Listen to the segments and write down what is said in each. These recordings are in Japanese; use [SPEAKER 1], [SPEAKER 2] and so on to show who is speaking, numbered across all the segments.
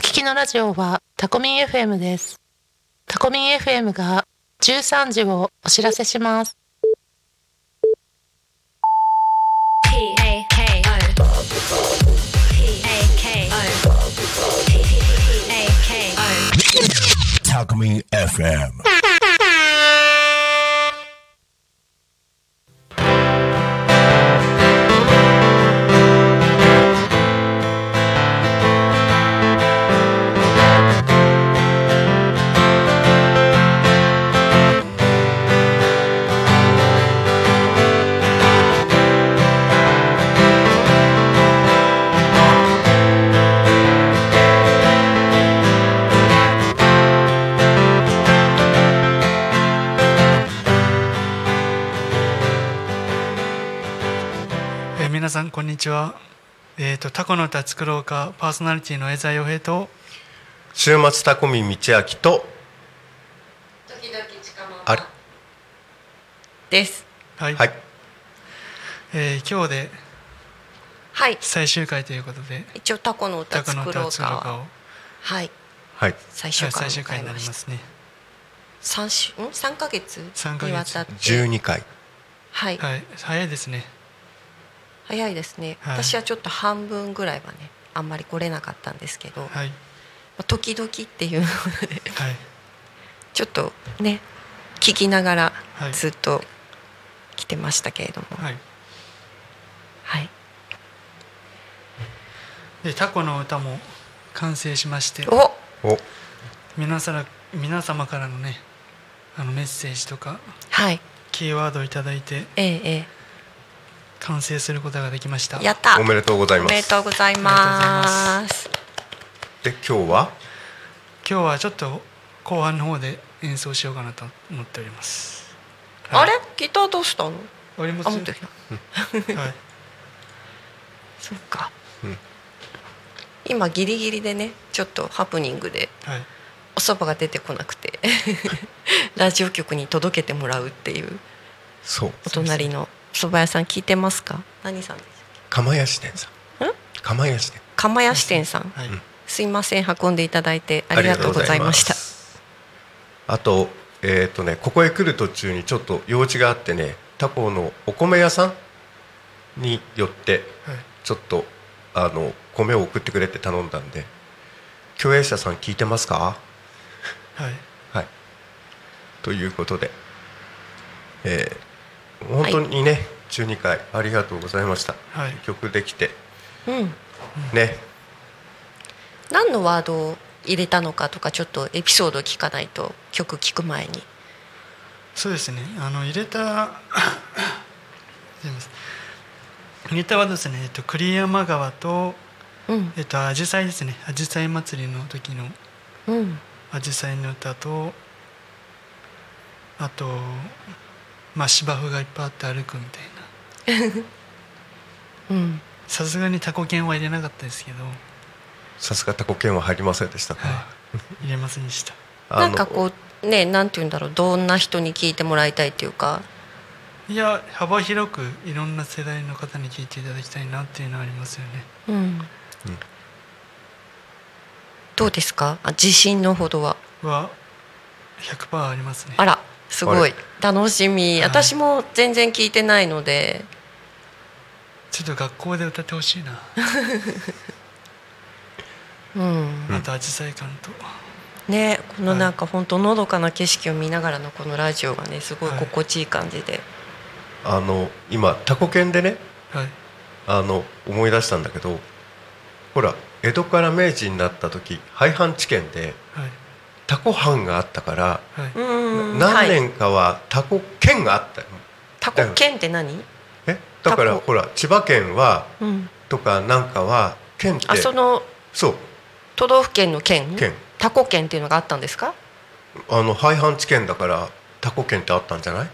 [SPEAKER 1] きのラジオはタコミン FM です。タコミン FM が13時をお知らせします。
[SPEAKER 2] P A K O. P A K O. P A K O.
[SPEAKER 3] Talk Me FM.
[SPEAKER 4] えー皆さんこんにちは。えっ、とタコの歌作ろうかパーソナリティの江澤洋平と
[SPEAKER 5] 週末タコミ道明とあれ
[SPEAKER 6] です。
[SPEAKER 4] はい、
[SPEAKER 5] はい
[SPEAKER 4] えー今日で
[SPEAKER 6] はい。
[SPEAKER 4] 最終回ということで
[SPEAKER 6] 一応タコの歌
[SPEAKER 4] タコの
[SPEAKER 6] 作ろ
[SPEAKER 4] 歌
[SPEAKER 6] う
[SPEAKER 4] 作ろうか
[SPEAKER 6] か
[SPEAKER 4] を
[SPEAKER 6] はい。
[SPEAKER 5] はい
[SPEAKER 6] 最終回を
[SPEAKER 4] 最終
[SPEAKER 6] 迎
[SPEAKER 4] 回
[SPEAKER 6] え
[SPEAKER 4] にな
[SPEAKER 6] ま
[SPEAKER 4] り
[SPEAKER 6] し
[SPEAKER 4] ま
[SPEAKER 6] た。
[SPEAKER 4] すね。
[SPEAKER 6] 三週ん三ヶ月
[SPEAKER 4] 三ヶ月
[SPEAKER 6] にわたって
[SPEAKER 5] 12回
[SPEAKER 6] はい、
[SPEAKER 4] はい早いですね。
[SPEAKER 6] 早いですね、
[SPEAKER 4] はい
[SPEAKER 6] 私はちょっと半分ぐらいはねあんまり来れなかったんですけど、ま
[SPEAKER 4] はい
[SPEAKER 6] あ時々っていうので
[SPEAKER 4] はい
[SPEAKER 6] ちょっとね聞きながら
[SPEAKER 4] はい
[SPEAKER 6] ずっと来てましたけれどもはい、
[SPEAKER 4] はい。でタコの歌も完成しまして
[SPEAKER 6] お
[SPEAKER 5] お
[SPEAKER 4] 皆さら皆様からのねあのメッセージとか
[SPEAKER 6] はい
[SPEAKER 4] キーワードをいただいて
[SPEAKER 6] えええ
[SPEAKER 4] 完成することができました。
[SPEAKER 6] えやった
[SPEAKER 5] おめでとうございます
[SPEAKER 6] おめでとうございます
[SPEAKER 5] で今日は
[SPEAKER 4] 今日はちょっと後半の方で演奏しようかなと思っております。
[SPEAKER 6] あ
[SPEAKER 4] はい
[SPEAKER 6] れギターどうしたの
[SPEAKER 4] あります
[SPEAKER 6] あ持ってきた
[SPEAKER 4] はい。
[SPEAKER 6] そっか、
[SPEAKER 5] うん
[SPEAKER 6] 今ギリギリでねちょっとハプニングで
[SPEAKER 4] はい。
[SPEAKER 6] おそばが出てこなくて ラジオ局に届けてもらうっていう
[SPEAKER 5] そう
[SPEAKER 6] お隣の蕎麦屋さん聞いてますか何さんです
[SPEAKER 5] 釜屋支店さん釜屋支店
[SPEAKER 6] 釜屋支店さん
[SPEAKER 4] はい。
[SPEAKER 6] すいません運んでいただいてありがとうございました
[SPEAKER 5] あとえっ、とねここへ来る途中にちょっと用事があってねタコのお米屋さんに寄って
[SPEAKER 4] はい。
[SPEAKER 5] ちょっとあの米を送ってくれって頼んだんで共演者さん聞いてますか
[SPEAKER 4] はい。
[SPEAKER 5] はい、ということで、えー本当にね、12回ありがとうございました、
[SPEAKER 4] はい
[SPEAKER 5] 曲できて
[SPEAKER 6] うん
[SPEAKER 5] ね
[SPEAKER 6] 何のワードを入れたのかとかちょっとエピソード聞かないと曲聞く前に
[SPEAKER 4] そうですね。あの入れた すいません。入れたはですね、えっと栗山川と
[SPEAKER 6] うん
[SPEAKER 4] えっと紫陽花ですね。紫陽花祭りの時の
[SPEAKER 6] うん
[SPEAKER 4] 紫陽花の歌とあとまあ芝生がいっぱいあって歩くみたいな。
[SPEAKER 6] うん
[SPEAKER 4] さすがにタコ犬は入れなかったですけど、
[SPEAKER 5] さすがタコ犬は入りませんでしたから、
[SPEAKER 4] 入れませんでした。
[SPEAKER 5] あ
[SPEAKER 6] な
[SPEAKER 5] の
[SPEAKER 6] んかこうねなんて言うんだろうどんな人に聞いてもらいたいっていうか
[SPEAKER 4] いや幅広くいろんな世代の方に聞いていただきたいなっていうのはありますよね
[SPEAKER 6] うん、どうですかあ自信のほどは
[SPEAKER 4] は100%ありますね
[SPEAKER 6] あらすごい
[SPEAKER 5] あ
[SPEAKER 6] 楽し
[SPEAKER 4] は
[SPEAKER 6] み
[SPEAKER 4] い
[SPEAKER 6] 私も全然聞いてないので
[SPEAKER 4] ちょっと学校で歌ってほしいな
[SPEAKER 6] うん
[SPEAKER 4] あとアジサイ感と
[SPEAKER 6] ねこの
[SPEAKER 4] はい
[SPEAKER 6] なんか本当のどかな景色を見ながらのこのラジオがねすごい
[SPEAKER 4] はい
[SPEAKER 6] 心地いい感じで、、
[SPEAKER 5] あの今タコ犬でね
[SPEAKER 4] はい
[SPEAKER 5] あの思い出したんだけどほら江戸から明治になった時廃藩置県で
[SPEAKER 4] はい
[SPEAKER 5] タコ藩があったから、
[SPEAKER 4] はいう
[SPEAKER 6] ん
[SPEAKER 5] 何
[SPEAKER 6] はい、
[SPEAKER 5] 年かはタコ県があったよ
[SPEAKER 6] タコ県って何、
[SPEAKER 5] えだから
[SPEAKER 6] タコ
[SPEAKER 5] ほら千葉県は
[SPEAKER 6] うん、
[SPEAKER 5] とかなんかは県って
[SPEAKER 6] あその
[SPEAKER 5] そう
[SPEAKER 6] 都道府県の県
[SPEAKER 5] 県
[SPEAKER 6] タコ県っていうのがあったんですか
[SPEAKER 5] あの廃藩置県だからタコ県ってあったんじゃない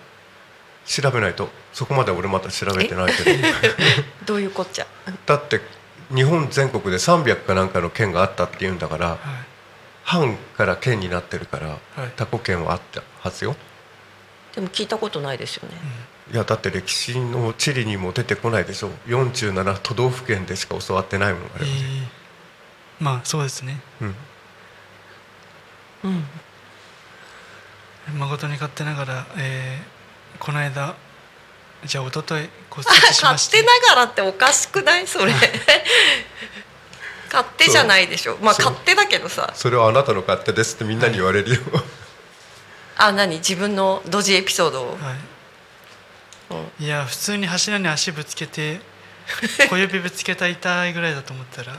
[SPEAKER 5] 調べないとそこまで俺まだ調べてないけど
[SPEAKER 6] どういうこっちゃ
[SPEAKER 5] だって日本全国で300かなんかの県があったっていうんだから
[SPEAKER 4] は
[SPEAKER 5] 藩から県になってるから、
[SPEAKER 4] はい
[SPEAKER 5] タコ県はあったはずよ
[SPEAKER 6] でも聞いたことないですよね、
[SPEAKER 5] いやだって歴史の地理にも出てこないでしょ47都道府県でしか教わってないもんあ
[SPEAKER 4] い、
[SPEAKER 5] れ、
[SPEAKER 4] えーまあそうですね
[SPEAKER 5] うん、
[SPEAKER 6] うん
[SPEAKER 4] 誠に勝手ながら、えーこの間じゃあ一昨日骨折しまし
[SPEAKER 6] 勝
[SPEAKER 4] て
[SPEAKER 6] 手ながらっておかしくないそれ 勝手じゃないでしょまあ
[SPEAKER 5] そう
[SPEAKER 6] 勝手だけどさ
[SPEAKER 5] それはあなたの勝手ですってみんなに言われるよ、
[SPEAKER 6] あ何自分のドジエピソードを、
[SPEAKER 4] はい、いや普通に柱に足ぶつけて小指ぶつけた痛いぐらいだと思ったら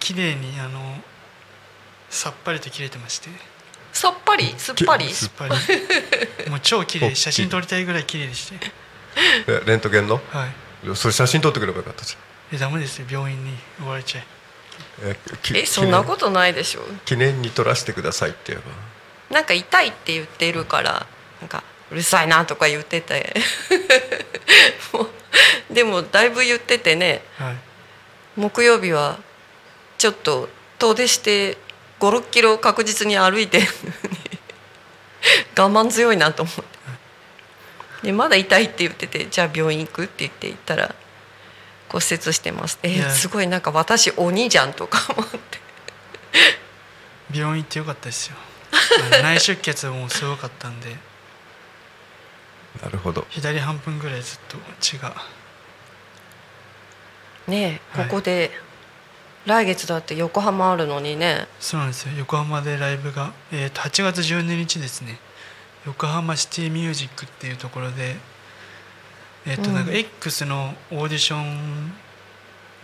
[SPEAKER 4] 綺麗にあのさっぱりと切れてまして
[SPEAKER 6] さっぱりすっぱり
[SPEAKER 4] すっぱりもう超綺麗写真撮りたいぐらい綺麗でして
[SPEAKER 5] え レントゲンの
[SPEAKER 4] はい
[SPEAKER 5] それ写真撮ってくればよかったじ
[SPEAKER 4] えダメですよ病院に追われちゃい
[SPEAKER 5] ゃんえき
[SPEAKER 6] えそん
[SPEAKER 5] 記
[SPEAKER 6] な
[SPEAKER 5] 念
[SPEAKER 6] ことないでしょ
[SPEAKER 5] 記念に撮らせてくださいって言えば
[SPEAKER 6] なんか痛いって言ってるからなんかうるさいなとか言ってて もうでもだいぶ言っててね
[SPEAKER 4] はい
[SPEAKER 6] 木曜日はちょっと遠出して56キロ確実に歩いてる のに我慢強いなと思ってでまだ痛いって言っててじゃあ病院行くって言って行ったら骨折してますえ
[SPEAKER 4] いや
[SPEAKER 6] すごいなんか私鬼じゃんとか 思って
[SPEAKER 4] 病院行ってよかったですよあの内出血もすごかったんで
[SPEAKER 5] なるほど
[SPEAKER 4] 左半分ぐらいずっと血が
[SPEAKER 6] ねえ
[SPEAKER 4] はい
[SPEAKER 6] ここで、来月だって横浜あるのにね
[SPEAKER 4] そうなんですよ横浜でライブが、えーと8月12日ですね横浜シティミュージックっていうところでえっ、と
[SPEAKER 6] うん
[SPEAKER 4] なんか X のオーディション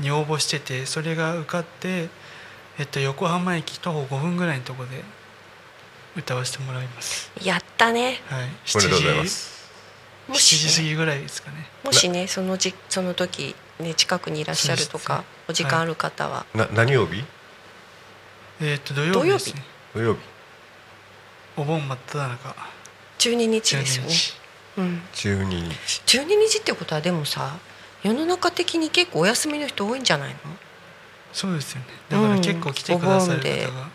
[SPEAKER 4] に応募しててそれが受かって、えっと横浜駅徒歩5分ぐらいのところで歌わせてもらいます、
[SPEAKER 6] やったね
[SPEAKER 4] はい、
[SPEAKER 5] おめでとうござい
[SPEAKER 4] 7
[SPEAKER 5] ま
[SPEAKER 4] 時
[SPEAKER 5] す
[SPEAKER 6] も
[SPEAKER 4] 7時過
[SPEAKER 6] しね
[SPEAKER 4] ぎぐらいですかね
[SPEAKER 6] もしねそのじその時ね近くにいらっしゃるとかお時間ある方は、
[SPEAKER 5] な何曜日
[SPEAKER 4] えっ、と土曜日です
[SPEAKER 6] 土曜
[SPEAKER 4] ね
[SPEAKER 5] 土曜日
[SPEAKER 4] お盆真っ只中
[SPEAKER 6] 12日
[SPEAKER 4] 12
[SPEAKER 6] です
[SPEAKER 4] 日、
[SPEAKER 6] よね、うん、
[SPEAKER 5] 12日
[SPEAKER 6] 12日ってことはでもさ世の中的に結構お休みの人多いんじゃないの
[SPEAKER 4] そうですよねだから結構来てくださる方が、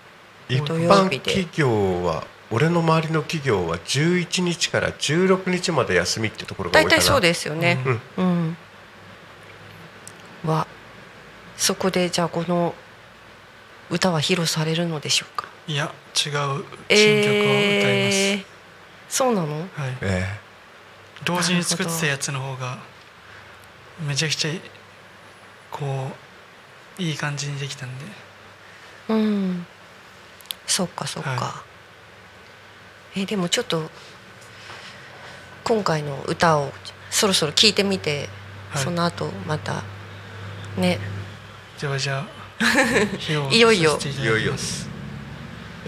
[SPEAKER 5] 一
[SPEAKER 6] 土曜
[SPEAKER 5] 般
[SPEAKER 6] 日で
[SPEAKER 5] 企業は俺の周りの企業は11日から16日まで休みってところが多い
[SPEAKER 6] 大
[SPEAKER 5] かな
[SPEAKER 6] 体そうですよね
[SPEAKER 5] うん
[SPEAKER 6] うん、はそこでじゃあこの歌は披露されるのでしょうか
[SPEAKER 4] いや違う新曲を歌います、
[SPEAKER 6] えーそうなの
[SPEAKER 4] はい、
[SPEAKER 5] え
[SPEAKER 4] 同時に作ってたやつの方がめちゃくちゃこういい感じにできたんで
[SPEAKER 6] うんそっかそっか、
[SPEAKER 4] は
[SPEAKER 6] えでもちょっと今回の歌をそろそろ聞いてみて、
[SPEAKER 4] はい
[SPEAKER 6] その後またね
[SPEAKER 4] ではじ ゃあ披
[SPEAKER 6] いよいよ
[SPEAKER 4] させてただきます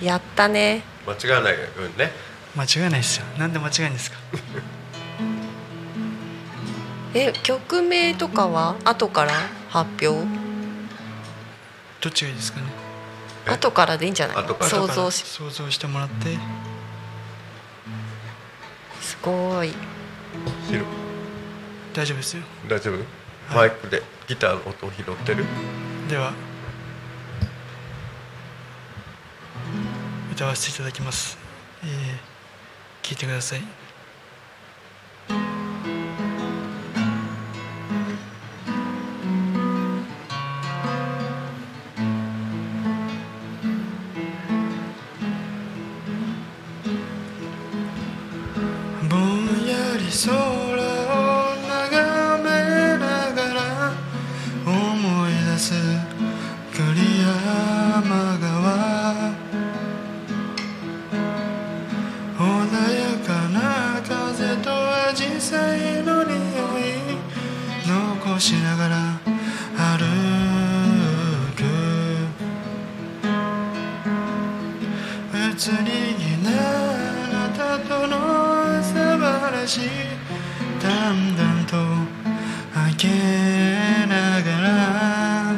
[SPEAKER 6] やったね
[SPEAKER 5] え間違いないようにね
[SPEAKER 4] 間違いないですよなんで間違いないんですか
[SPEAKER 6] え曲名とかは後から発表
[SPEAKER 4] どっちがいいですかね
[SPEAKER 5] え
[SPEAKER 6] 後からでいいんじゃない
[SPEAKER 5] 後から
[SPEAKER 6] 想
[SPEAKER 4] 後から
[SPEAKER 6] 像し
[SPEAKER 4] 想像してもらって
[SPEAKER 6] すごい
[SPEAKER 5] ひろ
[SPEAKER 4] 大丈夫ですよ
[SPEAKER 5] 大丈夫マイクでギターの音を拾ってる
[SPEAKER 4] では歌わせていただきます、えー、聞いてくださいぼんやり空を眺めながら思い出す栗山川穏やかな風と紫陽花の匂い残しながら歩く移り気なあなたとの素晴らしいだんだんと明けながら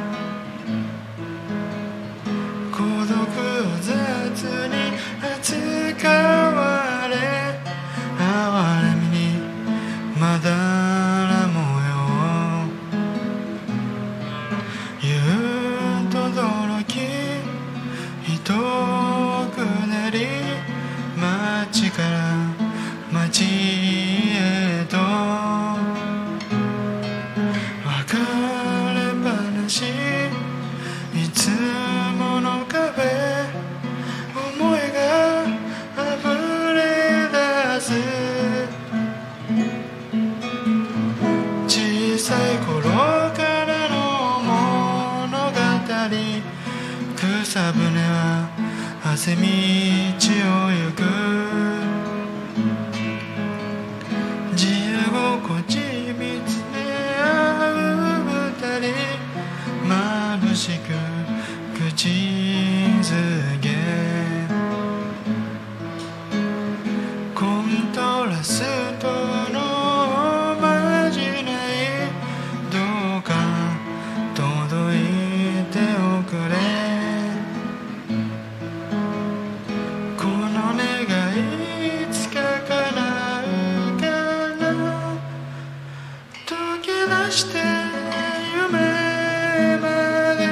[SPEAKER 4] 孤独を雑に扱われ哀れみにまだら模様言うと驚きひとくねり街から街へと別れ話いつもの壁思なり草船は汗道を行く自由心地見つめ合う二人眩しく口づけコントラストのまじないどうか届いておくれこの願いいつか叶うから溶け出して夢まで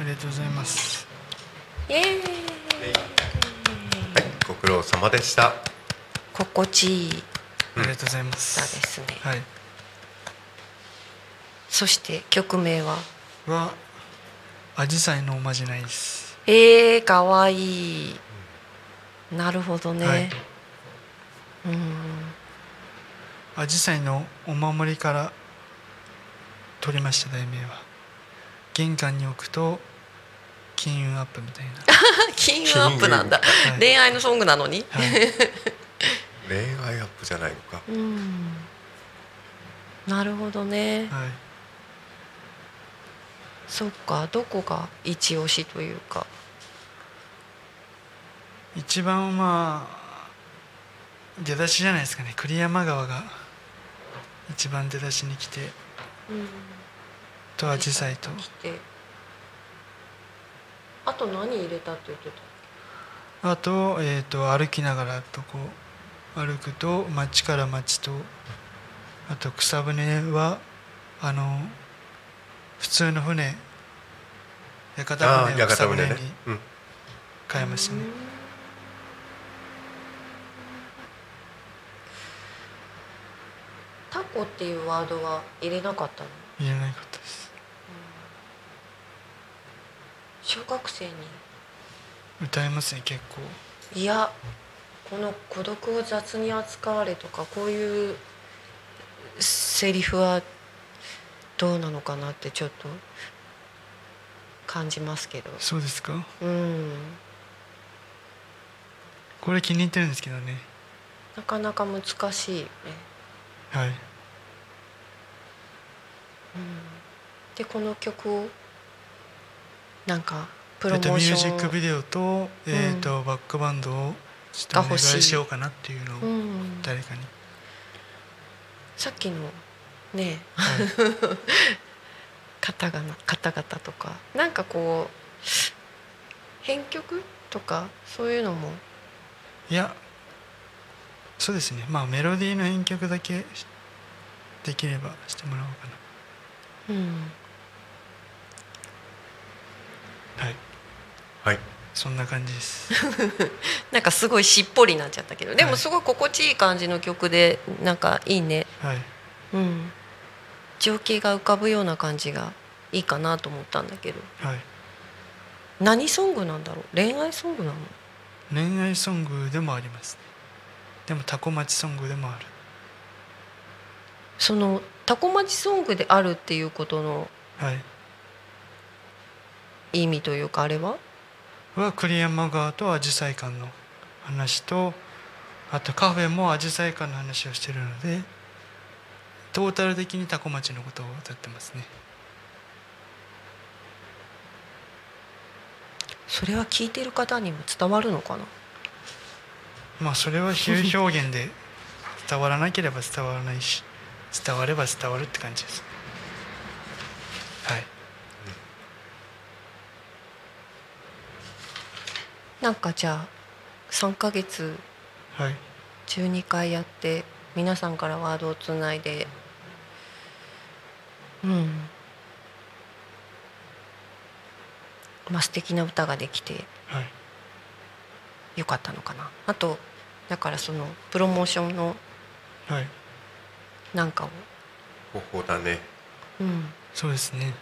[SPEAKER 4] ありがとうございます。
[SPEAKER 6] イエーイ
[SPEAKER 5] はい、ご苦労様でした。
[SPEAKER 6] 心地いい
[SPEAKER 4] ありがとうございます。
[SPEAKER 6] 歌ですね
[SPEAKER 4] はい。
[SPEAKER 6] そして曲名は
[SPEAKER 4] は紫陽花のおまじないです。
[SPEAKER 6] えー、かわいいなるほどね、
[SPEAKER 4] はい
[SPEAKER 6] うん
[SPEAKER 4] 紫陽花のお守りから取りました題名は。玄関に置くと金運アップみたいな。
[SPEAKER 6] 金運アップなんだ、
[SPEAKER 4] 金運はい
[SPEAKER 6] 恋愛のソングなのに、
[SPEAKER 4] はい、
[SPEAKER 5] 恋愛アップじゃないのか。
[SPEAKER 6] うんなるほどね、
[SPEAKER 4] はい、
[SPEAKER 6] そっかどこが一押しというか
[SPEAKER 4] 一番まあ出だしじゃないですかね。栗山川が一番出だしに来て、と紫陽花と
[SPEAKER 6] 来てあと何入れたって言って
[SPEAKER 4] あと,、えー、と歩きながらとこう歩くと町から町とあと草船はあの普通の船屋形
[SPEAKER 5] ああ、
[SPEAKER 4] 船
[SPEAKER 5] 屋
[SPEAKER 4] を草
[SPEAKER 5] 形船
[SPEAKER 4] 船
[SPEAKER 5] ね
[SPEAKER 4] に。
[SPEAKER 5] うん。
[SPEAKER 4] 変えましたね
[SPEAKER 6] たタコっていうワードは入れなかったの
[SPEAKER 4] 言えないことです
[SPEAKER 6] 小学生に
[SPEAKER 4] 歌えますね結構
[SPEAKER 6] いやこの「孤独を雑に扱われ」とかこういうセリフはどうなのかなってちょっと感じますけど
[SPEAKER 4] そうですか
[SPEAKER 6] うん
[SPEAKER 4] これ気に入ってるんですけどね
[SPEAKER 6] なかなか難しいよね
[SPEAKER 4] はい
[SPEAKER 6] でこの曲をなんかプ
[SPEAKER 4] え
[SPEAKER 6] ロ
[SPEAKER 4] っ
[SPEAKER 6] モ
[SPEAKER 4] と
[SPEAKER 6] ー
[SPEAKER 4] ミュ
[SPEAKER 6] シ
[SPEAKER 4] ージック
[SPEAKER 6] ョン
[SPEAKER 4] ビデオと,、えーとバックバンドをちょっとお願いしようかなっていう
[SPEAKER 6] う
[SPEAKER 4] のを
[SPEAKER 6] ん、
[SPEAKER 4] 誰かに、
[SPEAKER 6] さっきのね
[SPEAKER 4] はい、
[SPEAKER 6] 方々方々とかなんかこう編曲とかそういうのも
[SPEAKER 4] いやそうですねまあメロディーの編曲だけしできればしてもらおうか
[SPEAKER 6] うん
[SPEAKER 4] なはい
[SPEAKER 5] はい。
[SPEAKER 4] そんな感じです
[SPEAKER 6] なんかすごいしっぽりになっちゃったけどで
[SPEAKER 4] は
[SPEAKER 6] も
[SPEAKER 4] い
[SPEAKER 6] すごい心地いい感じの曲でなんかいいね、
[SPEAKER 4] はい
[SPEAKER 6] うん、情景が浮かぶような感じがいいかなと思ったんだけど
[SPEAKER 4] はい
[SPEAKER 6] 何ソングなんだろう恋愛ソングなの
[SPEAKER 4] 恋愛ソングでもあります、ね、でもタコ町ソングでもある
[SPEAKER 6] そのタコ町ソングであるっていうことの
[SPEAKER 4] はい
[SPEAKER 6] 意味というかあれは
[SPEAKER 4] は栗山川と紫陽花館の話とあとカフェも紫陽花館の話をしてるのでトータル的にタコ町のことを歌ってますね
[SPEAKER 6] それは聞いてる方にも伝わるのかな
[SPEAKER 4] まあそれは比喩表現で伝わらなければ伝わらないし伝われば伝わるって感じですねはい
[SPEAKER 6] なんかじゃあ3ヶ月
[SPEAKER 4] はい
[SPEAKER 6] 12回やって皆さんからワードをつないでうんまあ素敵な歌ができて
[SPEAKER 4] はい
[SPEAKER 6] よかったのかなあとだからそのプロモーションの
[SPEAKER 4] はい
[SPEAKER 6] なんかを、
[SPEAKER 5] ここだね
[SPEAKER 6] うん、
[SPEAKER 4] そうですね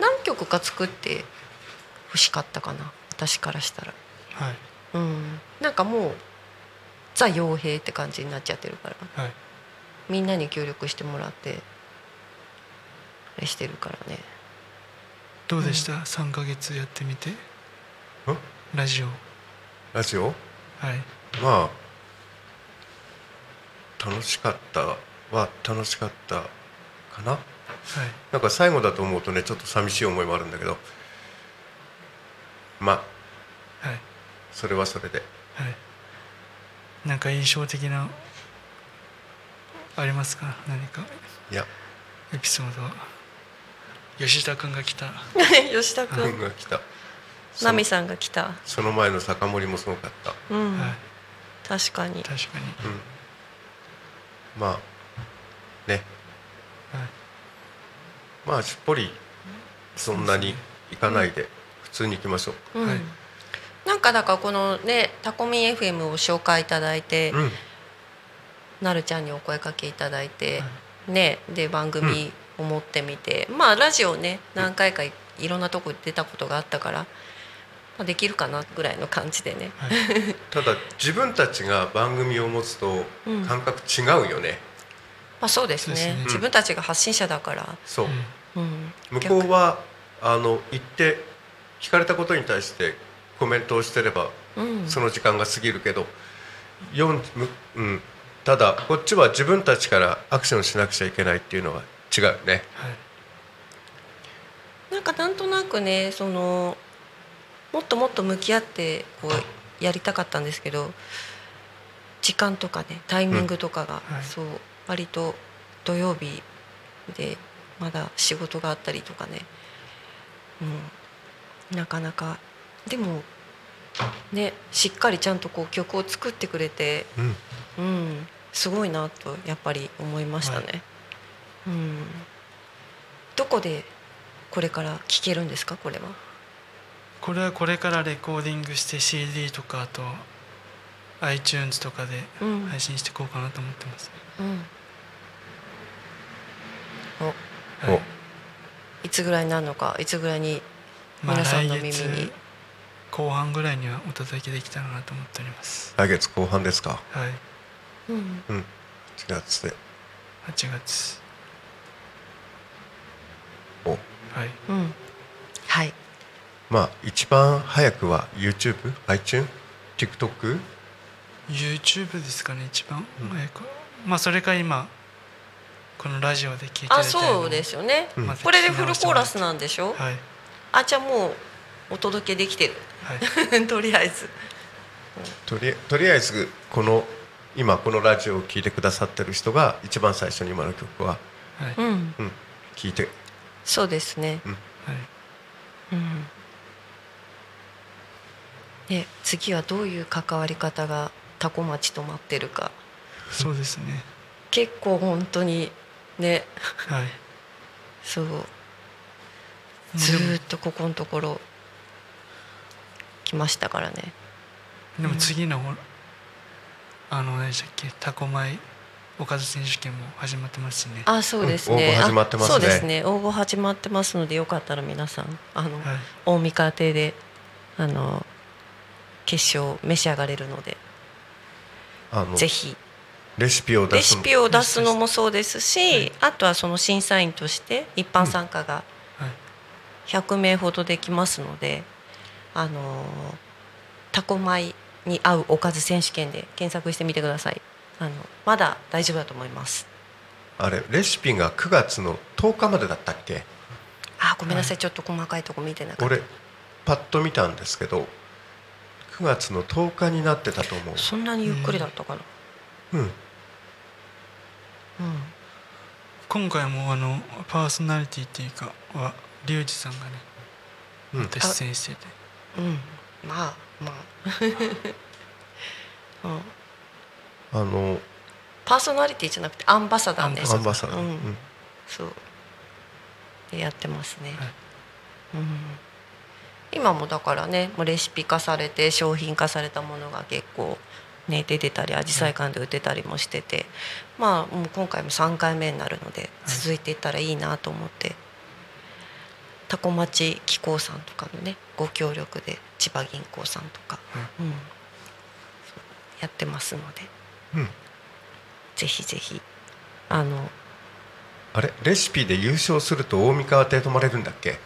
[SPEAKER 6] 何曲か作って欲しかったかな私からしたら、
[SPEAKER 4] はい
[SPEAKER 6] うん、なんかもうザ傭兵って感じになっちゃってるから
[SPEAKER 4] はい
[SPEAKER 6] みんなに協力してもらってあれしてるからね
[SPEAKER 4] どうでした、三ヶ月やってみてラジオ
[SPEAKER 5] ラジオ
[SPEAKER 4] はい
[SPEAKER 5] まあ楽しかったは楽しかったかな
[SPEAKER 4] はい
[SPEAKER 5] なんか最後だと思うとねちょっと寂しい思いもあるんだけどまあ
[SPEAKER 4] はい
[SPEAKER 5] それはそれで
[SPEAKER 4] はいなんか印象的なありますか何か
[SPEAKER 5] いや
[SPEAKER 4] エピソードは吉田君が来た
[SPEAKER 6] 吉田
[SPEAKER 5] 運
[SPEAKER 6] 君
[SPEAKER 5] が来た
[SPEAKER 6] ナミさんが来た、
[SPEAKER 5] その前の酒盛りもすごかった
[SPEAKER 6] うん
[SPEAKER 4] はい
[SPEAKER 6] 確かに
[SPEAKER 4] 確かに
[SPEAKER 5] まあね
[SPEAKER 4] はい
[SPEAKER 5] まあしっぽりそんなに行かないで普通に行きましょ
[SPEAKER 6] うん
[SPEAKER 4] はい
[SPEAKER 6] なんかだからこのねタコミン FM を紹介いただいて、
[SPEAKER 5] ううん
[SPEAKER 6] なるちゃんにお声かけいただいて、
[SPEAKER 4] は
[SPEAKER 6] ねで番組を持ってみて、まあラジオね何回かいいろんなとこ出たことがあったから、まあ、できるかなぐらいの感じでね
[SPEAKER 5] ただ自分たちが番組を持つと
[SPEAKER 6] うん
[SPEAKER 5] 感覚違うよね、
[SPEAKER 6] まあそうですね
[SPEAKER 4] そうですね
[SPEAKER 6] 自分たちが発信者だから、
[SPEAKER 5] そう、
[SPEAKER 6] うん、
[SPEAKER 5] 向こうはあの行って聞かれたことに対してコメントをしてれば
[SPEAKER 6] 逆に、うん、
[SPEAKER 5] その時間が過ぎるけど、よんむうん、ただこっちは自分たちからアクションしなくちゃいけないっていうのは違うよね
[SPEAKER 4] はい
[SPEAKER 6] なんかなんとなくねそのもっともっと向き合ってこうやりたかったんですけど時間とかねタイミングとかが、
[SPEAKER 4] うんはい
[SPEAKER 6] そう割と土曜日でまだ仕事があったりとかね、うん、なかなかでもねしっかりちゃんとこう曲を作ってくれて、
[SPEAKER 5] うん
[SPEAKER 6] うん、すごいなとやっぱり思いましたね。うん、どこでこれから聴けるんですかこれは。
[SPEAKER 4] これはこれからレコーディングして CD とかあと iTunes とかで
[SPEAKER 6] うん
[SPEAKER 4] 配信していこうかなと思ってます、
[SPEAKER 6] うん、
[SPEAKER 4] はい
[SPEAKER 5] こ
[SPEAKER 6] いつぐらいになるのかいつぐらいに
[SPEAKER 4] まあ
[SPEAKER 6] 皆さんの
[SPEAKER 4] 来
[SPEAKER 6] 耳に
[SPEAKER 4] 月後半ぐらいにはお届けできたらなと思っております
[SPEAKER 5] う来月後半ですか
[SPEAKER 4] はい
[SPEAKER 6] うん、
[SPEAKER 5] うん4月で
[SPEAKER 4] 8月
[SPEAKER 5] お
[SPEAKER 4] はい
[SPEAKER 6] うん、はい
[SPEAKER 5] まあ一番早くは YouTubeiTuneTikTok
[SPEAKER 4] YouTube ですかね一番早く、まあそれか今このラジオで聞いて、
[SPEAKER 6] あそうですすよね、
[SPEAKER 5] ん
[SPEAKER 4] また
[SPEAKER 6] これでフルコーラスなんでしょ、
[SPEAKER 4] はい
[SPEAKER 6] あじゃあもうお届けできてる
[SPEAKER 4] はい
[SPEAKER 6] とりあえず
[SPEAKER 5] とりとりあえずこの今このラジオを聴いてくださってる人が一番最初に今の曲は
[SPEAKER 4] はい、
[SPEAKER 6] う
[SPEAKER 4] はい
[SPEAKER 6] ん
[SPEAKER 5] うん聴いて
[SPEAKER 6] そうですねうんね次はどういう関わり方がタコ町と待ってるか
[SPEAKER 4] そうですね
[SPEAKER 6] 結構本当にね
[SPEAKER 4] はい
[SPEAKER 6] そうず
[SPEAKER 4] でも
[SPEAKER 6] ーっとここのところ来ましたからね
[SPEAKER 4] でも次のほあの何でしたっけタコ米おかず選手権も始まってますしねは
[SPEAKER 6] あそうですね、
[SPEAKER 5] うん応募始まってますね
[SPEAKER 6] あそうですね応募始まってますのでよかったら皆さんあの、
[SPEAKER 4] い
[SPEAKER 6] 大三河亭であの決勝召し上がれるので
[SPEAKER 5] あの
[SPEAKER 6] ぜひ
[SPEAKER 5] レシピを
[SPEAKER 6] レ
[SPEAKER 5] 出す
[SPEAKER 6] シピを出すのもそうですしあとはその審査員として一般参加が
[SPEAKER 4] はい
[SPEAKER 6] 100名ほどできますのであのタコ米に合うおかず選手権で検索してみてくださいあのまだ大丈夫だと思います
[SPEAKER 5] あれレシピが9月の10日までだったっけ
[SPEAKER 6] あごめんなさいちょっと細かいとこ見てなかった
[SPEAKER 5] 俺パッと見たんですけど9月の10日になってたと思う
[SPEAKER 6] そんなにゆっくりだったかな、
[SPEAKER 5] うん
[SPEAKER 6] うん
[SPEAKER 4] 今回もあのパーソナリティっていうかはリュウジさんがね、
[SPEAKER 5] うん
[SPEAKER 4] また出演してて
[SPEAKER 6] うん、まあまあ、 うん、
[SPEAKER 5] あの
[SPEAKER 6] パーソナリティじゃなくてアンバサダーね
[SPEAKER 5] アンバサダー、
[SPEAKER 6] う
[SPEAKER 5] うんん
[SPEAKER 6] そうでやってますね、
[SPEAKER 4] はい
[SPEAKER 6] うん、今もだからねもうレシピ化されて商品化されたものが結構、ね、出てたり紫陽花館で売ってたりもしてて、まあもう今回も3回目になるので
[SPEAKER 4] はい
[SPEAKER 6] 続いていったらいいなと思って、タコ町機構さんとかのねご協力で千葉銀行さんとか、うんやってますので
[SPEAKER 5] うん、
[SPEAKER 6] ぜひぜひあの
[SPEAKER 5] あれレシピで優勝すると大三川って泊まれるんだっけ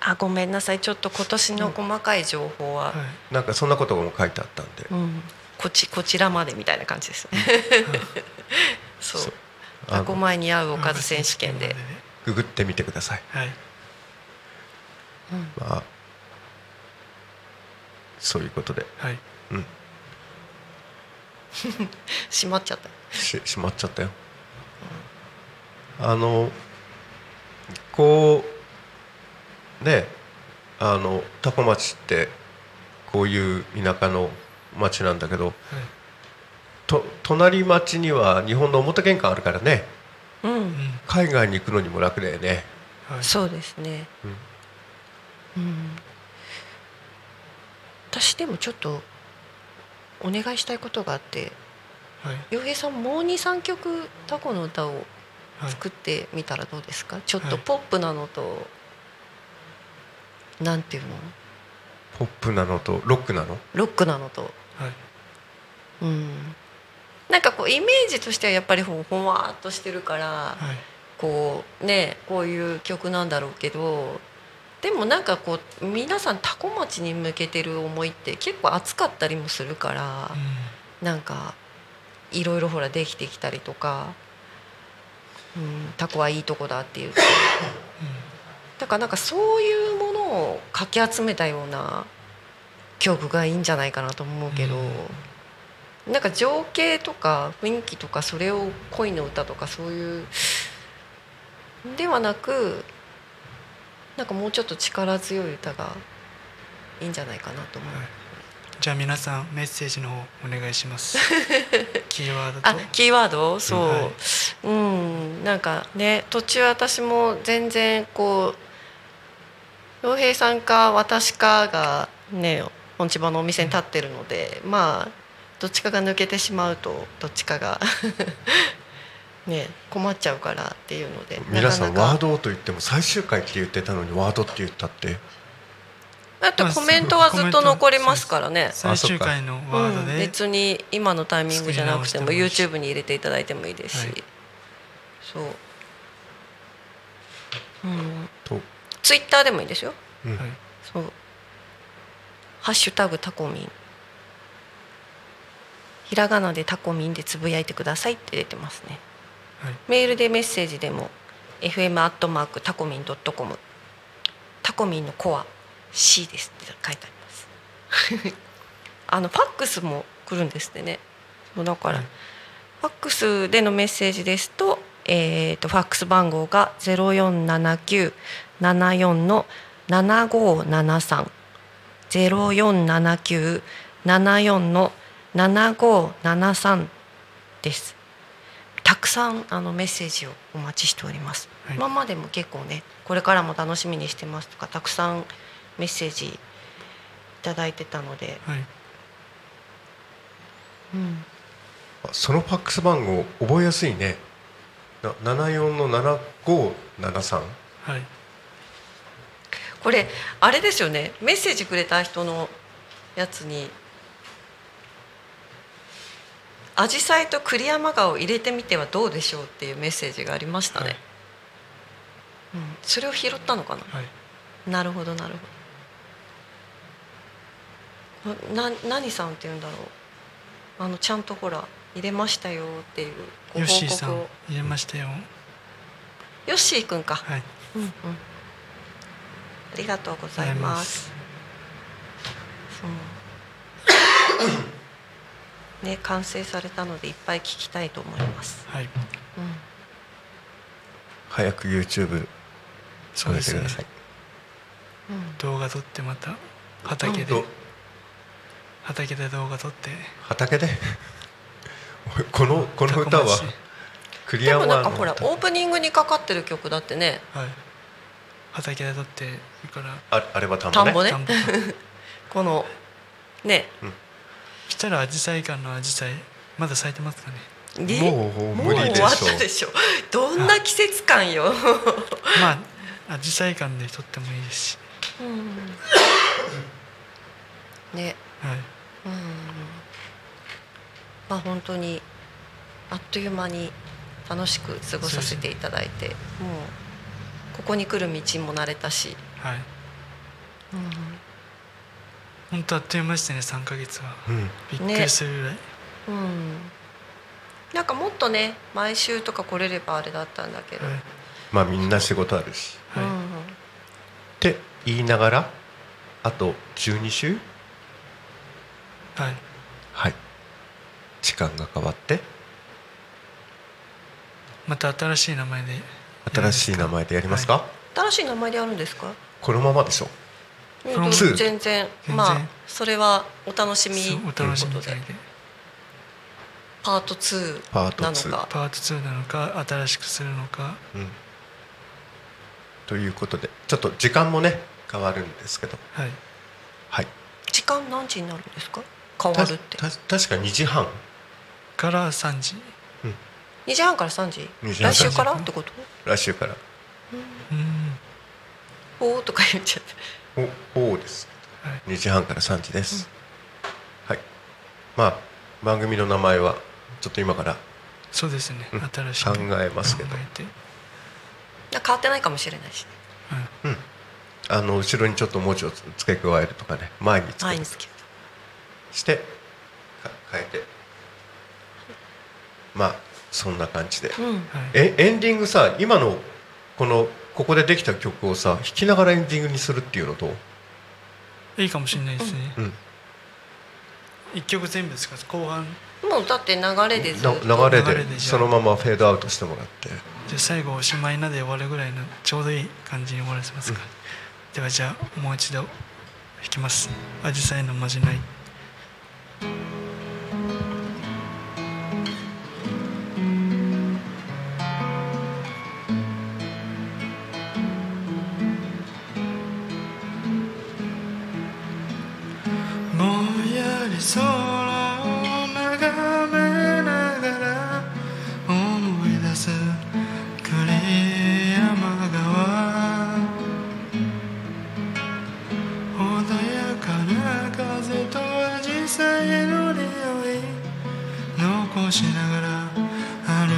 [SPEAKER 6] あごめんなさいちょっと今年の細かい情報
[SPEAKER 4] は
[SPEAKER 6] は、
[SPEAKER 4] い
[SPEAKER 5] なんかそんなことも書いてあったんで、
[SPEAKER 6] うん、こちこちらまでみたいな感じですね。 そう
[SPEAKER 5] そうあ
[SPEAKER 6] タ
[SPEAKER 5] の
[SPEAKER 6] コ前に合うおかず選手権で、
[SPEAKER 5] ググってみてください、
[SPEAKER 4] はい
[SPEAKER 5] まあ、そういうことで、
[SPEAKER 4] はい
[SPEAKER 5] うん、
[SPEAKER 6] 閉まっちゃった。
[SPEAKER 5] ししまっちゃったよあのこうねあのタコ町ってこういう田舎の町なんだけど
[SPEAKER 4] はい
[SPEAKER 5] と隣町には日本の表玄関あるからね
[SPEAKER 6] うん、
[SPEAKER 4] うん
[SPEAKER 5] 海外に行くのにも楽だよね
[SPEAKER 4] はい
[SPEAKER 6] そうですね。うん、私でもちょっとお願いしたいことがあって、
[SPEAKER 4] はい
[SPEAKER 6] 洋平さんもう二三曲タコの歌を
[SPEAKER 4] はい
[SPEAKER 6] 作ってみたらどうですか。ちょっ
[SPEAKER 4] は
[SPEAKER 6] と
[SPEAKER 4] い
[SPEAKER 6] ポップなのと、なんていうの、
[SPEAKER 5] ポップなのとロックなの
[SPEAKER 6] ロックなのと。
[SPEAKER 4] はい
[SPEAKER 6] うん、なんかこうイメージとしてはやっぱりほほわーっとしてるから
[SPEAKER 4] はい
[SPEAKER 6] こうねこういう曲なんだろうけどでもなんかこう皆さんタコ町に向けてる思いって結構熱かったりもするから
[SPEAKER 4] う
[SPEAKER 6] なんかいろいろほらできてきたりとか、うん、タコはいいとこだっていうだからなんかそういうものをかき集めたような曲がいいんじゃないかなと思うけど、なんか情景とか雰囲気とかそれを恋の歌とかそういうではなくなんかもうちょっと力強い歌がいいんじゃないかなと思う。
[SPEAKER 4] んはいじゃあ皆さんメッセージの方お願いし ますキーワードと
[SPEAKER 6] あキーワードそう、
[SPEAKER 4] はい
[SPEAKER 6] うんなんかね途中私も全然こう洋平さんか私かがね本千葉のお店に立ってるので、まあどっちかが抜けてしまうとどっちかが ね困っちゃうからっていうので
[SPEAKER 5] 皆さん
[SPEAKER 6] なかなか
[SPEAKER 5] ワードと言っても最終回って言ってたのにワードって言ったって
[SPEAKER 6] だってコメントはずっと残りますからね。
[SPEAKER 4] 最終回のワード
[SPEAKER 6] うん
[SPEAKER 4] で、
[SPEAKER 6] 別に今のタイミングじゃなくても
[SPEAKER 4] 作り直しても
[SPEAKER 6] YouTube に入れていただいてもいいですし、
[SPEAKER 4] はい
[SPEAKER 6] そう、うん、
[SPEAKER 5] と、
[SPEAKER 6] Twitter でもいいですよ
[SPEAKER 5] うん
[SPEAKER 4] はい
[SPEAKER 6] そう「ハッシュタグタコミン」ひらがなでタコミンでつぶやいてくださいって出てますね
[SPEAKER 4] はい
[SPEAKER 6] メールでメッセージでも fm アットマークタコミンドットコムタコミンのコア C ですって書いてありますあのファックスも来るんですってねそうだから、
[SPEAKER 4] はい
[SPEAKER 6] ファックスでのメッセージですと,、えー、とファックス番号が047974の7573 047974の7573です。たくさんあのメッセージをお待ちしております、
[SPEAKER 4] はい
[SPEAKER 6] 今までも結構ねこれからも楽しみにしてますとかたくさんメッセージいただいてたので、
[SPEAKER 4] はい
[SPEAKER 6] うん、
[SPEAKER 5] あそのファックス番号覚えやすいねな74の7573
[SPEAKER 4] はい
[SPEAKER 6] これあれですよねメッセージくれた人のやつに「アジサイと栗山川を入れてみてはどうでしょう」っていうメッセージがありましたね、
[SPEAKER 4] はい
[SPEAKER 6] うん、それを拾ったのかな
[SPEAKER 4] はい
[SPEAKER 6] なるほどなるほどなな何さんって言うんだろうあのちゃんとほら入れましたよっていうご
[SPEAKER 4] ヨッシー
[SPEAKER 6] 報
[SPEAKER 4] さん
[SPEAKER 6] 告を
[SPEAKER 4] 入れましたよ
[SPEAKER 6] ヨッシーくんか、
[SPEAKER 4] はい
[SPEAKER 6] うんうん、ありがとうございますそう ね完成されたのでいっぱい聞きたいと思います。
[SPEAKER 4] はい
[SPEAKER 6] うん、
[SPEAKER 5] 早く YouTube
[SPEAKER 4] そうです
[SPEAKER 5] 上
[SPEAKER 4] ね
[SPEAKER 5] げてください
[SPEAKER 4] 動画撮ってまた畑で
[SPEAKER 5] ど
[SPEAKER 4] 畑で動画撮って
[SPEAKER 5] 畑で このこの歌
[SPEAKER 4] タコ
[SPEAKER 5] は
[SPEAKER 4] 町
[SPEAKER 5] クリ
[SPEAKER 6] で
[SPEAKER 5] ア
[SPEAKER 6] も
[SPEAKER 5] ワ
[SPEAKER 6] なん
[SPEAKER 5] ー
[SPEAKER 6] か
[SPEAKER 5] の
[SPEAKER 6] ほらオープニングにかかってる曲だってね
[SPEAKER 4] はい畑で取ってそれから
[SPEAKER 5] ああれは田んぼね
[SPEAKER 6] 田ん
[SPEAKER 4] 田ん
[SPEAKER 6] ぼね
[SPEAKER 4] ぼ
[SPEAKER 6] このね
[SPEAKER 4] そしたらアジサイ館のアジサイまだ咲いてます かね
[SPEAKER 6] ぎ
[SPEAKER 5] もう
[SPEAKER 6] も
[SPEAKER 5] 無
[SPEAKER 6] う
[SPEAKER 5] 理で
[SPEAKER 6] 終
[SPEAKER 5] し
[SPEAKER 6] わっ
[SPEAKER 5] ょ
[SPEAKER 6] たでしょ どんな季節感よ、
[SPEAKER 4] まあアジサイ館で取ってもいいですし、
[SPEAKER 6] ね
[SPEAKER 4] はい、
[SPEAKER 6] うんまあ本当にあっという間に楽しく過ごさせていただいてもうここに来る道も慣れたし、
[SPEAKER 4] はい、
[SPEAKER 6] う
[SPEAKER 4] 本当あっという間でしたね3ヶ月は
[SPEAKER 5] うん
[SPEAKER 4] びっくりするぐらい、
[SPEAKER 6] んうんなんかもっとね毎週とか来れればあれだったんだけど、
[SPEAKER 4] はい
[SPEAKER 5] まあみんな仕事あるし
[SPEAKER 4] はい、
[SPEAKER 5] って言いながらあと12週
[SPEAKER 4] はい、
[SPEAKER 5] はい時間が変わって
[SPEAKER 4] また新しい名前で
[SPEAKER 5] 新しい名前でやりますか、
[SPEAKER 4] は
[SPEAKER 6] 新しい名前であるんですか
[SPEAKER 5] このままでしょ
[SPEAKER 4] ロム
[SPEAKER 5] ツー
[SPEAKER 6] 全然
[SPEAKER 4] 全然
[SPEAKER 6] まあそれはお楽しみとい
[SPEAKER 4] そう
[SPEAKER 6] うこ
[SPEAKER 4] お楽しみ
[SPEAKER 6] と
[SPEAKER 4] みた
[SPEAKER 6] で
[SPEAKER 4] いで
[SPEAKER 6] パート2
[SPEAKER 5] パート
[SPEAKER 6] なの
[SPEAKER 5] 2
[SPEAKER 6] か
[SPEAKER 4] パート2なのか新しくするのか
[SPEAKER 5] うんということでちょっと時間もね変わるんですけど
[SPEAKER 4] はい
[SPEAKER 5] はい
[SPEAKER 6] 時間何時になるんですか変わるって
[SPEAKER 5] たた確か2時半
[SPEAKER 4] から3時
[SPEAKER 6] 2時半から3時
[SPEAKER 5] 2時半から3時
[SPEAKER 6] 来週からってこと
[SPEAKER 5] 来週から
[SPEAKER 4] うん
[SPEAKER 6] おーとか言っちゃって
[SPEAKER 5] おおです
[SPEAKER 4] はい
[SPEAKER 5] 2時半から3時です、はいまあ番組の名前はちょっと今から
[SPEAKER 4] そうですね
[SPEAKER 5] うん
[SPEAKER 4] 新しい
[SPEAKER 5] 考えますけど
[SPEAKER 4] 考えて
[SPEAKER 6] なんか変わってないかもしれないしね
[SPEAKER 5] あの後ろにちょっと文字を付け加えるとかね前に付
[SPEAKER 6] 前
[SPEAKER 5] け
[SPEAKER 6] に
[SPEAKER 5] る
[SPEAKER 6] つける
[SPEAKER 5] してか変えてまあそんな感じで、
[SPEAKER 6] とうん
[SPEAKER 4] はい
[SPEAKER 5] えエンディングさ今のこのここでできた曲をさ弾きながらエンディングにするっていうのと、
[SPEAKER 4] いいかもしれないですね
[SPEAKER 5] うん、
[SPEAKER 4] 一曲全部使って後半
[SPEAKER 6] もうだって流れでずっと
[SPEAKER 5] な流れ
[SPEAKER 4] 流れ
[SPEAKER 5] で
[SPEAKER 4] でじゃあ
[SPEAKER 5] そのままフェードアウトしてもらって
[SPEAKER 4] じゃあ最後おしまいなで終わるぐらいのちょうどいい感じに終わらせますか、ではじゃあもう一度弾きます「アジサイのまじない」ぼんやり空を眺めながら思い出す栗山川穏やかな風と紫陽花の匂い残しながら歩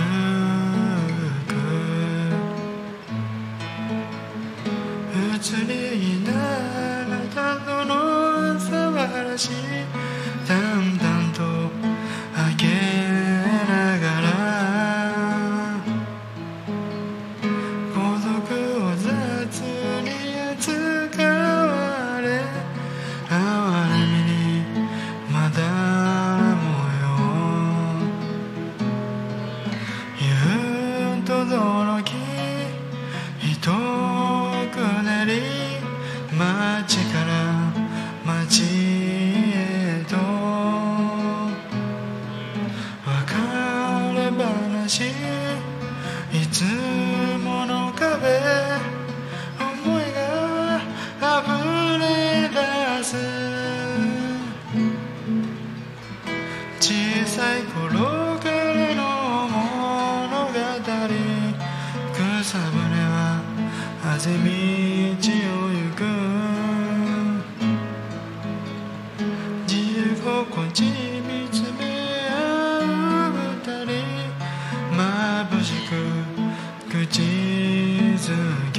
[SPEAKER 4] く移りいなあなたとの素晴らしいだんだんと明けながら孤独を雑に扱われ哀れみにまだ模様言うと驚きひとくなり街から街へと別れ話いつもの壁思いが溢れ出す小さい頃からの物語草舟はあぜ道を行く自由心地に見つめ合う二人眩しく口づけ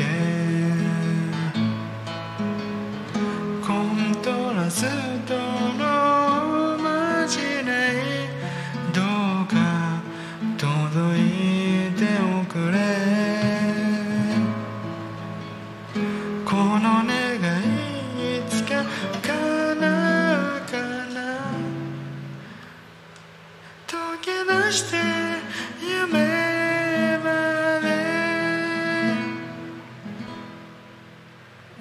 [SPEAKER 4] コントラストのまじないどうか届いておくれこの願いいつか叶うかな溶け出して夢まで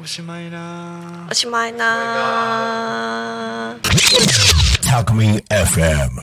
[SPEAKER 4] おしまいな
[SPEAKER 6] おしまいなー
[SPEAKER 3] Talk Me FM.